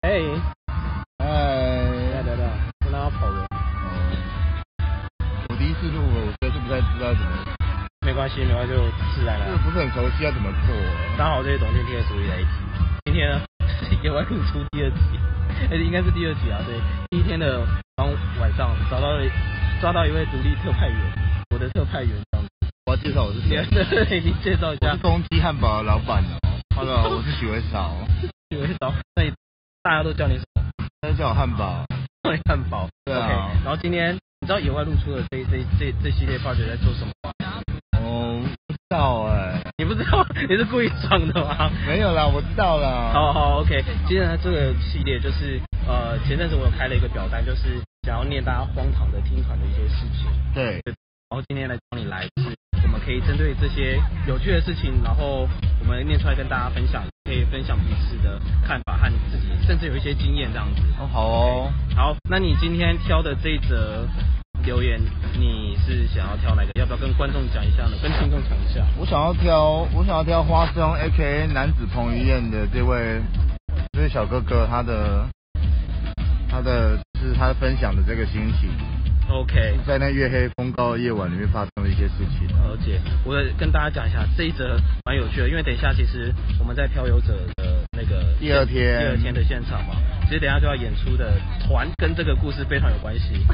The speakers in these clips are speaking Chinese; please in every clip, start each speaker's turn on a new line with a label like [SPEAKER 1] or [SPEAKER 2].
[SPEAKER 1] 哎啊
[SPEAKER 2] 才知道怎么，
[SPEAKER 1] 没关系，没关系，就自然
[SPEAKER 2] 就是
[SPEAKER 1] 了。
[SPEAKER 2] 不是很熟悉要怎么做。
[SPEAKER 1] 刚好这些懂电梯的属于雷题。今天呢， 也完成出第二集，而且应该是第二集啊。对，第一天的晚晚上找到了抓到一位独立特派员，我的特派员这样子。
[SPEAKER 2] 我要介绍我是
[SPEAKER 1] 你
[SPEAKER 2] 谁？
[SPEAKER 1] 你介绍一
[SPEAKER 2] 我
[SPEAKER 1] 下
[SPEAKER 2] 是，公鸡汉堡的老板哦。Hello，我是许文少，
[SPEAKER 1] 你会找那你大家都叫你什么？
[SPEAKER 2] 大家叫我汉堡。
[SPEAKER 1] 叫你汉堡。
[SPEAKER 2] 对啊
[SPEAKER 1] OK，然后今天你知道野外露出的这这这这系列 project 在做什么吗？
[SPEAKER 2] 哦，不知道哎、
[SPEAKER 1] 你不知道？ 你是故意装的吗？
[SPEAKER 2] 没有啦，我知道啦。
[SPEAKER 1] 好好，OK。今天呢，这个系列就是呃，前阵子我有开了一个表单，就是想要念大家荒唐的听团的一些事情。
[SPEAKER 2] 对，
[SPEAKER 1] 然后今天来找你来，就是我们可以针对这些有趣的事情，然后我们念出来跟大家分享，可以分享彼此的看法和自己，甚至有一些经验这样子。
[SPEAKER 2] 哦好哦，
[SPEAKER 1] 好，那你今天挑的这一则留言，你是想要挑哪个？要不要跟观众讲一下呢？跟听众讲一下。
[SPEAKER 2] 我想要挑，我想要挑花生 A K A 男子彭于晏的这位这位小哥哥，他的他的就是他分享的这个心情，
[SPEAKER 1] OK，
[SPEAKER 2] 在那月黑风高的夜晚里面发生的一些事情。
[SPEAKER 1] 了解。我跟大家讲一下，这一则蛮有趣的，因为等一下其实我们在漂游者的那个
[SPEAKER 2] 第二天
[SPEAKER 1] 第二天的现场嘛，其实等一下就要演出的团跟这个故事非常有关系。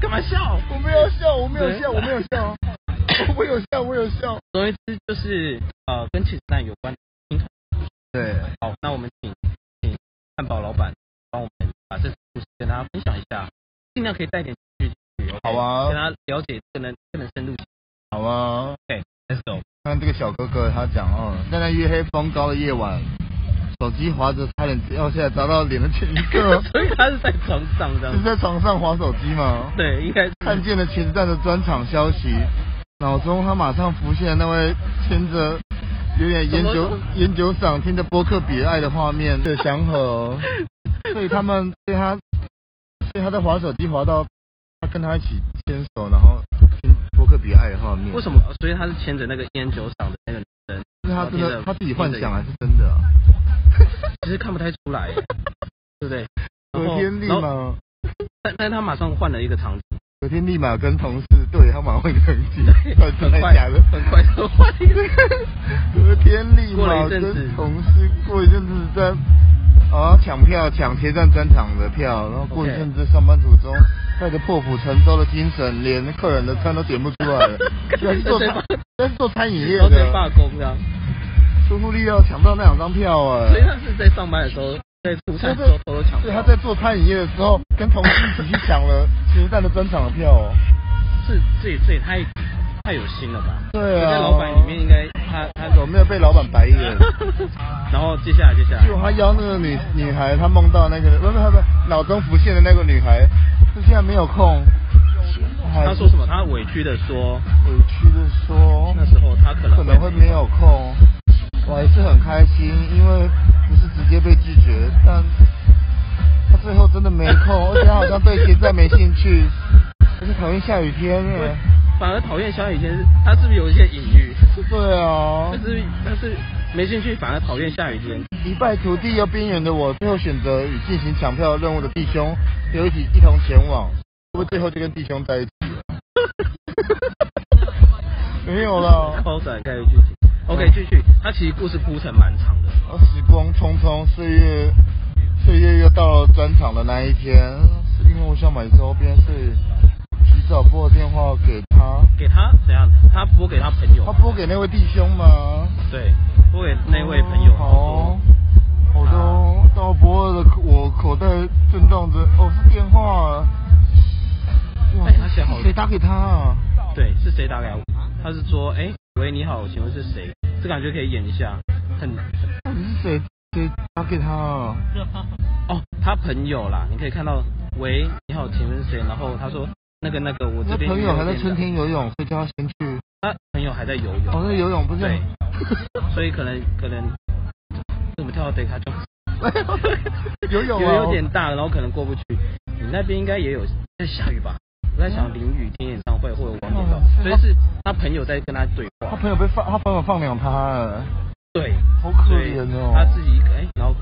[SPEAKER 1] 干嘛笑？
[SPEAKER 2] 我没有笑，我没有
[SPEAKER 1] 对
[SPEAKER 2] 笑，我没有笑， 我有笑，我有笑。
[SPEAKER 1] 总而言之就是呃跟气质蛋有关的听团。
[SPEAKER 2] 对，
[SPEAKER 1] 好，那我们请请汉堡老板帮我们把这故事跟大家分享一下，尽量可以带点情绪进去。OK？
[SPEAKER 2] 好啊
[SPEAKER 1] 跟大家了解更能更能深入。
[SPEAKER 2] 好啊。
[SPEAKER 1] Let's go。
[SPEAKER 2] 看这个小哥哥他讲哦，在那月黑风高的夜晚，手机滑着差点掉下来砸到脸的前一 刻，
[SPEAKER 1] 所以他是在床上这样
[SPEAKER 2] 是
[SPEAKER 1] 子。
[SPEAKER 2] 在床上滑手机吗？
[SPEAKER 1] 对，应该是
[SPEAKER 2] 看见了茄子蛋的专场消息，脑中他马上浮现了那位牵着有点烟
[SPEAKER 1] 什
[SPEAKER 2] 酒
[SPEAKER 1] 么
[SPEAKER 2] 烟酒嗓听着播客比爱的画面的祥和，哦 所以他们对他，所以他在滑手机滑到他跟他一起牵手，然后听播客比爱的画面。
[SPEAKER 1] 为什
[SPEAKER 2] 么？
[SPEAKER 1] 么？所以他是牵着那个烟酒嗓的那个女生，
[SPEAKER 2] 是
[SPEAKER 1] 然后
[SPEAKER 2] 他真的
[SPEAKER 1] 听着
[SPEAKER 2] 他自己幻想还是真的、 啊？
[SPEAKER 1] 其实看不太出来，对不对？然
[SPEAKER 2] 隔
[SPEAKER 1] 后
[SPEAKER 2] 天立
[SPEAKER 1] 然后
[SPEAKER 2] 马，
[SPEAKER 1] 但但是他马上换了一个场景，
[SPEAKER 2] 隔天立马跟同事对他马会更 新，
[SPEAKER 1] 很快
[SPEAKER 2] 假哦的。
[SPEAKER 1] 很快就换一个。，
[SPEAKER 2] 隔天立马跟同事过一阵子在啊抢票抢铁站专场的票，然后过一阵子上班途中带着破釜沉舟的精神，连客人的餐都点不出来了 原来是做
[SPEAKER 1] 对吧哦
[SPEAKER 2] 餐原来是啊做餐饮业
[SPEAKER 1] 然后在罢
[SPEAKER 2] 的，
[SPEAKER 1] 工这样，
[SPEAKER 2] 出乎意料抢不到那两张票哎、
[SPEAKER 1] 所以他是在上班的时候，在出差的时候偷偷抢
[SPEAKER 2] 对，
[SPEAKER 1] 票。
[SPEAKER 2] 他在做餐饮业的时候跟同事一起去抢了铁站的专场的票哦。
[SPEAKER 1] 是这这也太太有心了吧？
[SPEAKER 2] 对啊
[SPEAKER 1] 在老板里面应该他他
[SPEAKER 2] 他有没有被老板白眼？
[SPEAKER 1] 然后接下来接下来
[SPEAKER 2] 就他邀那个女女孩，他梦到那个不不不，脑中浮现的那个女孩，她现在没有空。
[SPEAKER 1] 他说什么？？他委屈的说，
[SPEAKER 2] 委屈的说，
[SPEAKER 1] 那时候他可能
[SPEAKER 2] 可能会没有空。我还是很开心，因为不是直接被拒绝，但他最后真的没空，而且他好像对现在没兴趣，而且讨厌下雨天耶。
[SPEAKER 1] 反而讨厌小雨天是，他是不是有一些隐喻？
[SPEAKER 2] 对啊
[SPEAKER 1] 但，是但是没兴趣，反而讨厌下雨天。
[SPEAKER 2] 一败涂地又边缘的我，最后选择与进行抢票任务的弟兄有一起一同前往，我最后就跟弟兄在一起了。 没有啦，
[SPEAKER 1] 超展开的剧情。OK，继续。他其实故事铺陈蛮长的。
[SPEAKER 2] 而时光匆匆，岁月岁月又到了专场的那一天，是因为我想买周边，所以提早拨电话给他。
[SPEAKER 1] 给他怎样？他拨给他朋友
[SPEAKER 2] 他。拨给那位弟兄吗？
[SPEAKER 1] 对，拨给那位朋友。啊
[SPEAKER 2] 哦，好的哦，到博尔的口我口袋震荡着，哦，是电话啊。哇
[SPEAKER 1] 哎他写好了
[SPEAKER 2] 谁打给他啊？
[SPEAKER 1] 他说对，是谁打给他？他是说，哎、喂，你好，请问是谁？这感觉可以演一下，很
[SPEAKER 2] 到
[SPEAKER 1] 嗯
[SPEAKER 2] 底是谁谁打给他啊？
[SPEAKER 1] 哦，他朋友啦，你可以看到，喂，你好，请问是谁？然后他说，那个那个，我
[SPEAKER 2] 他
[SPEAKER 1] 这边
[SPEAKER 2] 朋友还在
[SPEAKER 1] 有点
[SPEAKER 2] 春天游泳，所以叫他先去。
[SPEAKER 1] 他朋友还在游泳。
[SPEAKER 2] 哦，那游泳不是？
[SPEAKER 1] 对，所以可能可能怎么跳到 d e c a j o
[SPEAKER 2] 游泳
[SPEAKER 1] 有
[SPEAKER 2] 啊
[SPEAKER 1] 有点大，然后可能过不去。你那边应该也有在下雨吧？我在想淋雨听演唱会或者网点到，所以哦是他朋友在跟他对
[SPEAKER 2] 他
[SPEAKER 1] 话，
[SPEAKER 2] 朋友被放，他朋友放养他，哎
[SPEAKER 1] 对，
[SPEAKER 2] 好可
[SPEAKER 1] 所以
[SPEAKER 2] 怜哦。
[SPEAKER 1] 他自己一个哎，然后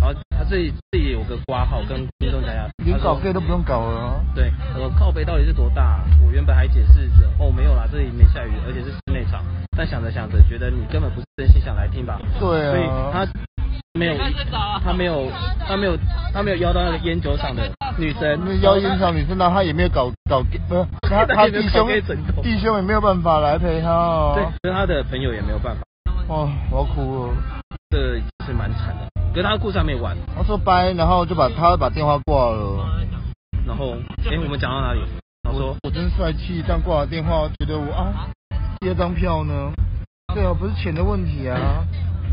[SPEAKER 1] 然后他这里这里有个挂号，跟听众讲讲，
[SPEAKER 2] 连
[SPEAKER 1] 他说
[SPEAKER 2] 搞 gay 都不用搞了哦。
[SPEAKER 1] 对，他说靠北到底是多大啊、我原本还解释着，哦没有啦，这里没下雨，而且是室内场。但想着想着，觉得你根本不是真心想来听吧，
[SPEAKER 2] 对啊。
[SPEAKER 1] 所以他没有
[SPEAKER 3] 看得着啊，
[SPEAKER 1] 他没有，他没有，他没有邀到那个烟酒厂的女生，
[SPEAKER 2] 那妖艳上女生，那他也没有搞搞，不是他
[SPEAKER 1] 他
[SPEAKER 2] 他
[SPEAKER 1] 也没有
[SPEAKER 2] 弟
[SPEAKER 1] 搞
[SPEAKER 2] 兄
[SPEAKER 1] gay 枕头
[SPEAKER 2] 弟兄也没有办法来陪他
[SPEAKER 1] 对
[SPEAKER 2] 哦。，
[SPEAKER 1] 跟他的朋友也没有办法，
[SPEAKER 2] 哦，我要哭了。
[SPEAKER 1] 这是蛮惨的。可是他的故事还没完，
[SPEAKER 2] 他说拜，然后就把他把电话挂了。
[SPEAKER 1] 然后，哎、我们讲到哪里？他说
[SPEAKER 2] 我真帅气，但挂了电话，我觉得我啊，第二张票呢？对啊，不是钱的问 题啊，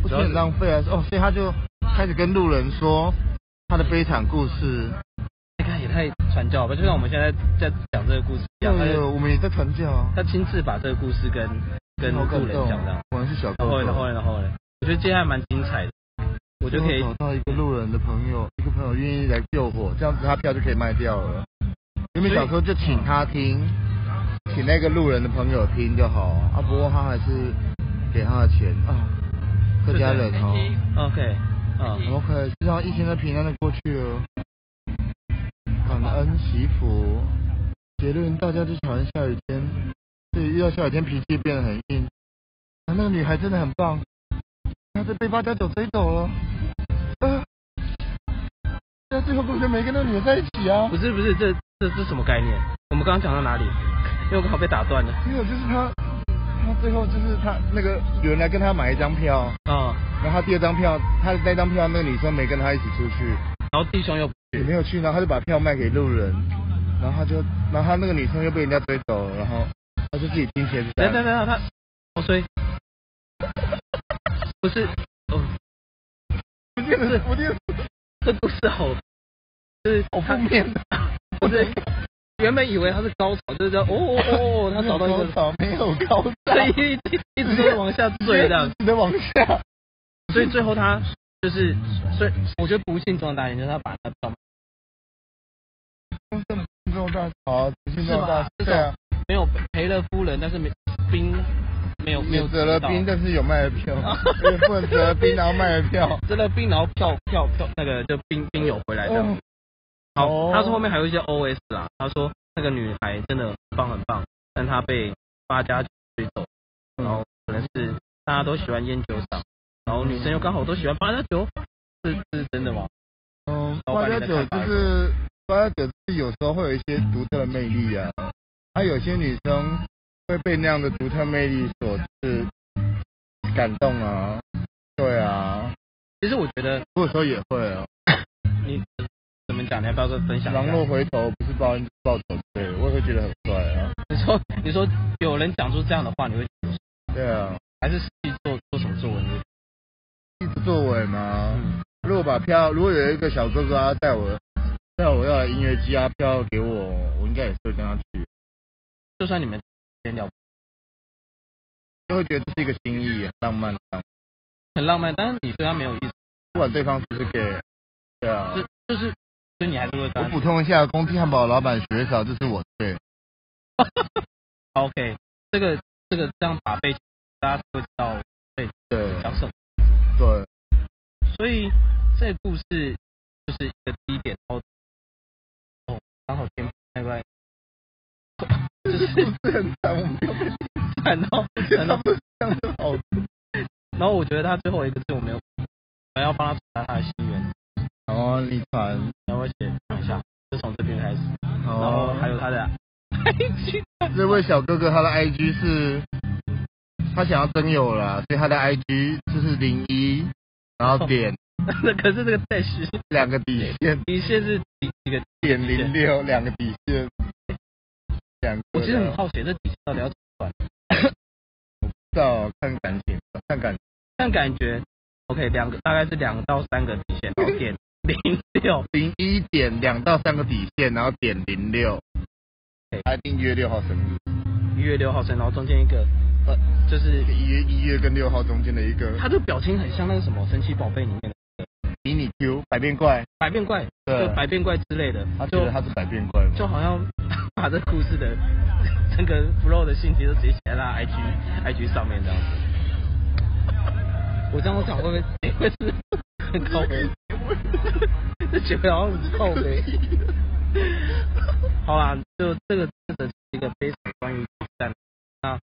[SPEAKER 2] 不是很浪费啊。哦，所以他就开始跟路人说他的悲惨故事。
[SPEAKER 1] 你哎看也太传教了吧，就像我们现在在讲这个故事一
[SPEAKER 2] 对
[SPEAKER 1] 样，他，就
[SPEAKER 2] 哎我们也在传教啊。
[SPEAKER 1] 他亲自把这个故事跟跟
[SPEAKER 2] 好感
[SPEAKER 1] 路人
[SPEAKER 2] 动啊
[SPEAKER 1] 讲的。
[SPEAKER 2] 果然是小
[SPEAKER 1] 然
[SPEAKER 2] 哥
[SPEAKER 1] 后
[SPEAKER 2] 哥。
[SPEAKER 1] 呢，然后呢，然后呢，我觉得接下来蛮精彩的，我就可以
[SPEAKER 2] 找到一个路人的朋友，一个朋友愿意来救火，这样子他票就可以卖掉了。原本想说就请他听，请那个路人的朋友听就好啊。不过他还是给他的钱啊，客家人哦。
[SPEAKER 1] OK，嗯，
[SPEAKER 2] 啊 OK，至少一天都平安的过去了。感恩祈福，结论大家就讨厌下雨天，所以遇到下雨天脾气变得很硬。啊，那个女孩真的很棒，她就被八加九追走了。呃，那最后根本就没跟那个女的在一起啊
[SPEAKER 1] 不。是不是，这这这什么概念？我们刚刚讲到哪里？因为我刚好被打断了。
[SPEAKER 2] 没有，就是她，她最后就是她那个有人来跟她买一张票，
[SPEAKER 1] 啊、
[SPEAKER 2] 然后她第二张票，她的那张票那个女生没跟她一起出去。
[SPEAKER 1] 然后弟兄又
[SPEAKER 2] 也没有去，然后他就把票卖给路人，然后他就，然后他那个女生又被人家追走了，然后他就自己进鞋子
[SPEAKER 1] 等
[SPEAKER 2] 单。
[SPEAKER 1] 等等等，他哦，所以不是哦，
[SPEAKER 2] 不见得是，不见得是，
[SPEAKER 1] 这故事好，就是
[SPEAKER 2] 好
[SPEAKER 1] 他
[SPEAKER 2] 负面的。
[SPEAKER 1] 不 是原本以为他是高潮，就是这样哦哦哦哦，他找到一个
[SPEAKER 2] 没有高潮，没有高潮，
[SPEAKER 1] 对，一一一直都在往下坠的，
[SPEAKER 2] 一直在往下。
[SPEAKER 1] 所以最后他就是，所以我觉得不幸中的大幸就是他把他找
[SPEAKER 2] 这种大潮，这
[SPEAKER 1] 是
[SPEAKER 2] 种大
[SPEAKER 1] 吧
[SPEAKER 2] 潮，？对啊，
[SPEAKER 1] 没有赔了夫人，但是没兵没有没有
[SPEAKER 2] 你折了兵，
[SPEAKER 1] 的，
[SPEAKER 2] 但是有卖的 票，也不能折了兵然后卖的票。
[SPEAKER 1] 折了兵，然后票票票那个就兵兵友回来哎这样
[SPEAKER 2] 哦。，
[SPEAKER 1] 好，
[SPEAKER 2] 哦
[SPEAKER 1] 他说后面还有一些 OS 啦，他说那个女孩真的很棒很棒，但她被八加九追走，然后可能是大家都喜欢烟酒嗓，然后女生又刚好都喜欢八加九，是是真的吗？
[SPEAKER 2] 嗯，八加九就是八加九，是有时候会有一些独特的魅力啊。啊，有些女生会被那样的独特魅力所是感动啊，对啊，
[SPEAKER 1] 其实我觉得
[SPEAKER 2] 我有时候也会啊。
[SPEAKER 1] 你怎么讲，你要不要再分享一下？
[SPEAKER 2] 狼若回头，不是报恩就是报仇，对我也会觉得很帅啊。
[SPEAKER 1] 你说你说有人讲出这样的话，你会
[SPEAKER 2] 对啊，
[SPEAKER 1] 还是实际做做什么作文？你会
[SPEAKER 2] 一直作为嘛。
[SPEAKER 1] 嗯
[SPEAKER 2] 如果把票，如果有一个小哥哥啊带我，带我要来音乐季啊，票给我，我应该也是会跟他去，
[SPEAKER 1] 就算你们闲聊
[SPEAKER 2] 就会觉得这是一个心意，很啊浪漫的浪漫。
[SPEAKER 1] 很浪漫，但是你对他没有意思，
[SPEAKER 2] 不管对方是不是 gay，对啊。
[SPEAKER 1] 就就是，所以你还是会
[SPEAKER 2] 我
[SPEAKER 1] 跟他
[SPEAKER 2] 补充一下，公鸡汉堡老板学长，这是我对。
[SPEAKER 1] OK，这个这个这样把背景大家会知道
[SPEAKER 2] 对
[SPEAKER 1] 讲什么，
[SPEAKER 2] 对，
[SPEAKER 1] 所以这个故事就是一个低点，然后哦，刚好天拜 拜，就是
[SPEAKER 2] 这很惨，我们要
[SPEAKER 1] 然后然后
[SPEAKER 2] 这样就好。
[SPEAKER 1] 然后我觉得他最后一个字我没有，我要帮他传达他的心愿，
[SPEAKER 2] 然后李传，
[SPEAKER 1] 然后我写看一下，就从这边开始，
[SPEAKER 2] 然
[SPEAKER 1] 然后还有他的哎 IG，
[SPEAKER 2] 这位小哥哥，他的 IG 是，他想要真友啦，所以他的 IG 就是零一，然 后点
[SPEAKER 1] 那可是这个 dash
[SPEAKER 2] 两个底线，
[SPEAKER 1] 底线是几几个？
[SPEAKER 2] 点零六两个底线，两个。
[SPEAKER 1] 我其实很好奇，这底线到底要怎么算？
[SPEAKER 2] 照看感情，看感情。
[SPEAKER 1] 但感觉 OK，两个大概是两到三个底线，然后 点零六，
[SPEAKER 2] 零一点两到三个底线，然后点零六。他订阅六号生日。
[SPEAKER 1] 一月六号生，然后中间一个呃，就是
[SPEAKER 2] 一月一月跟六号中间的一个
[SPEAKER 1] 他这个表情很像那个什么神奇宝贝里面的
[SPEAKER 2] 迷你 Q 百变怪，
[SPEAKER 1] 百变怪，
[SPEAKER 2] 对
[SPEAKER 1] 就百变怪之类的
[SPEAKER 2] 他，觉
[SPEAKER 1] 就
[SPEAKER 2] 得他是百变怪嘛，
[SPEAKER 1] 就好像把这故事的 整个 flow 的信息都直接写在他 IG IG 上面这样子。我这样讲会不会会是很高分？这酒好像很靠背。好啦，就这个真的是一个非常关于比赛。那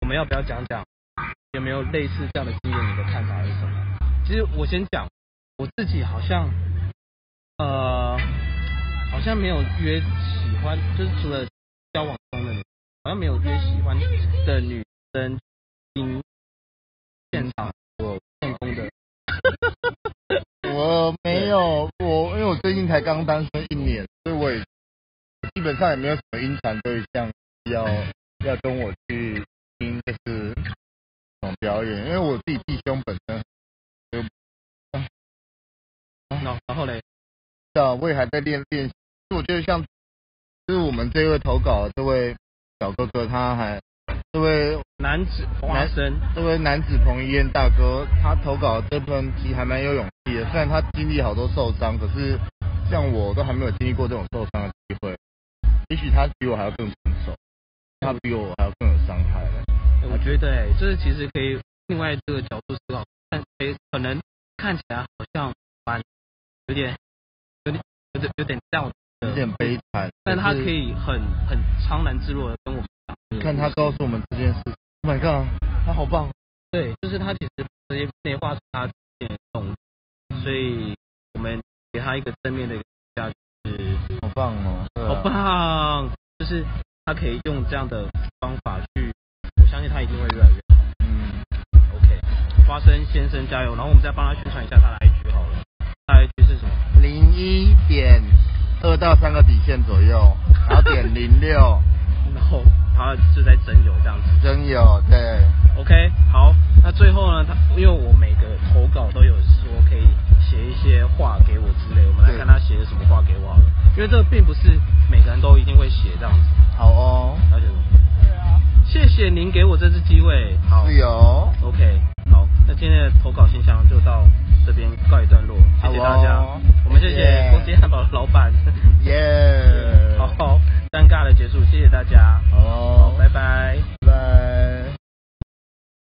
[SPEAKER 1] 我们要不要讲讲有没有类似这样的经验？你的看法是什么？其实我先讲，我自己好像呃好像没有约喜欢，就是除了交往中的女，好像没有约喜欢的女生进现场我成功的。
[SPEAKER 2] 我没有，我因为我最近才刚单身一年，所以我也基本上也没有什么阴传对象要要跟我去听，就是那种表演。因为我自己弟兄本身就
[SPEAKER 1] 然然后嘞，
[SPEAKER 2] 啊，我也还在练练习。我觉得像就是我们这位投稿的这位小哥哥，他还这位
[SPEAKER 1] 男子花
[SPEAKER 2] 男
[SPEAKER 1] 生，
[SPEAKER 2] 这位男子彭于晏大哥，他投稿的这份题还蛮有勇气的。虽然他经历好多受伤，可是像我都还没有经历过这种受伤的机会。也许他比我还要更成熟，他比我还要更有伤害了。
[SPEAKER 1] 欸我觉得、欸、这其实可以另外这个角度思考，但诶、可能看起来好像蛮有点有点有点有点道德
[SPEAKER 2] 有点悲惨，
[SPEAKER 1] 但他
[SPEAKER 2] 是
[SPEAKER 1] 可以很很怅然自若的跟我们讲这个故事。
[SPEAKER 2] 看他告诉我们这件事情。Oh my god，他好棒！
[SPEAKER 1] 对，就是他其实直接内化出他这些动力，所以我们给他一个正面的一个价值，
[SPEAKER 2] 好棒哦，对啊
[SPEAKER 1] 好！棒，就是他可以用这样的方法去，我相信他一定会越来越好。
[SPEAKER 2] 嗯，
[SPEAKER 1] OK，花生先生加油，然后我们再帮他宣传一下他的 IG 好了，他的 IG 是什么？
[SPEAKER 2] 零一点二到三个底线左右，然后点零六，
[SPEAKER 1] 然后他是在征友这样子。
[SPEAKER 2] 真有对，
[SPEAKER 1] OK，好，那最后呢，他因为我每个投稿都有说可以写一些话给我之类，我们来
[SPEAKER 2] 对
[SPEAKER 1] 看他写什么话给我好了，因为这个并不是每个人都一定会写这样子，
[SPEAKER 2] 好哦，
[SPEAKER 1] 了解吗？谢谢您给我这次机会，好
[SPEAKER 2] 是啊有，
[SPEAKER 1] ，OK，好，那今天的投稿信箱就到这边告一段落，谢谢大家，
[SPEAKER 2] 好哦
[SPEAKER 1] 我们谢
[SPEAKER 2] 谢
[SPEAKER 1] 谢
[SPEAKER 2] 谢
[SPEAKER 1] 公鸡汉堡的老板，
[SPEAKER 2] 耶、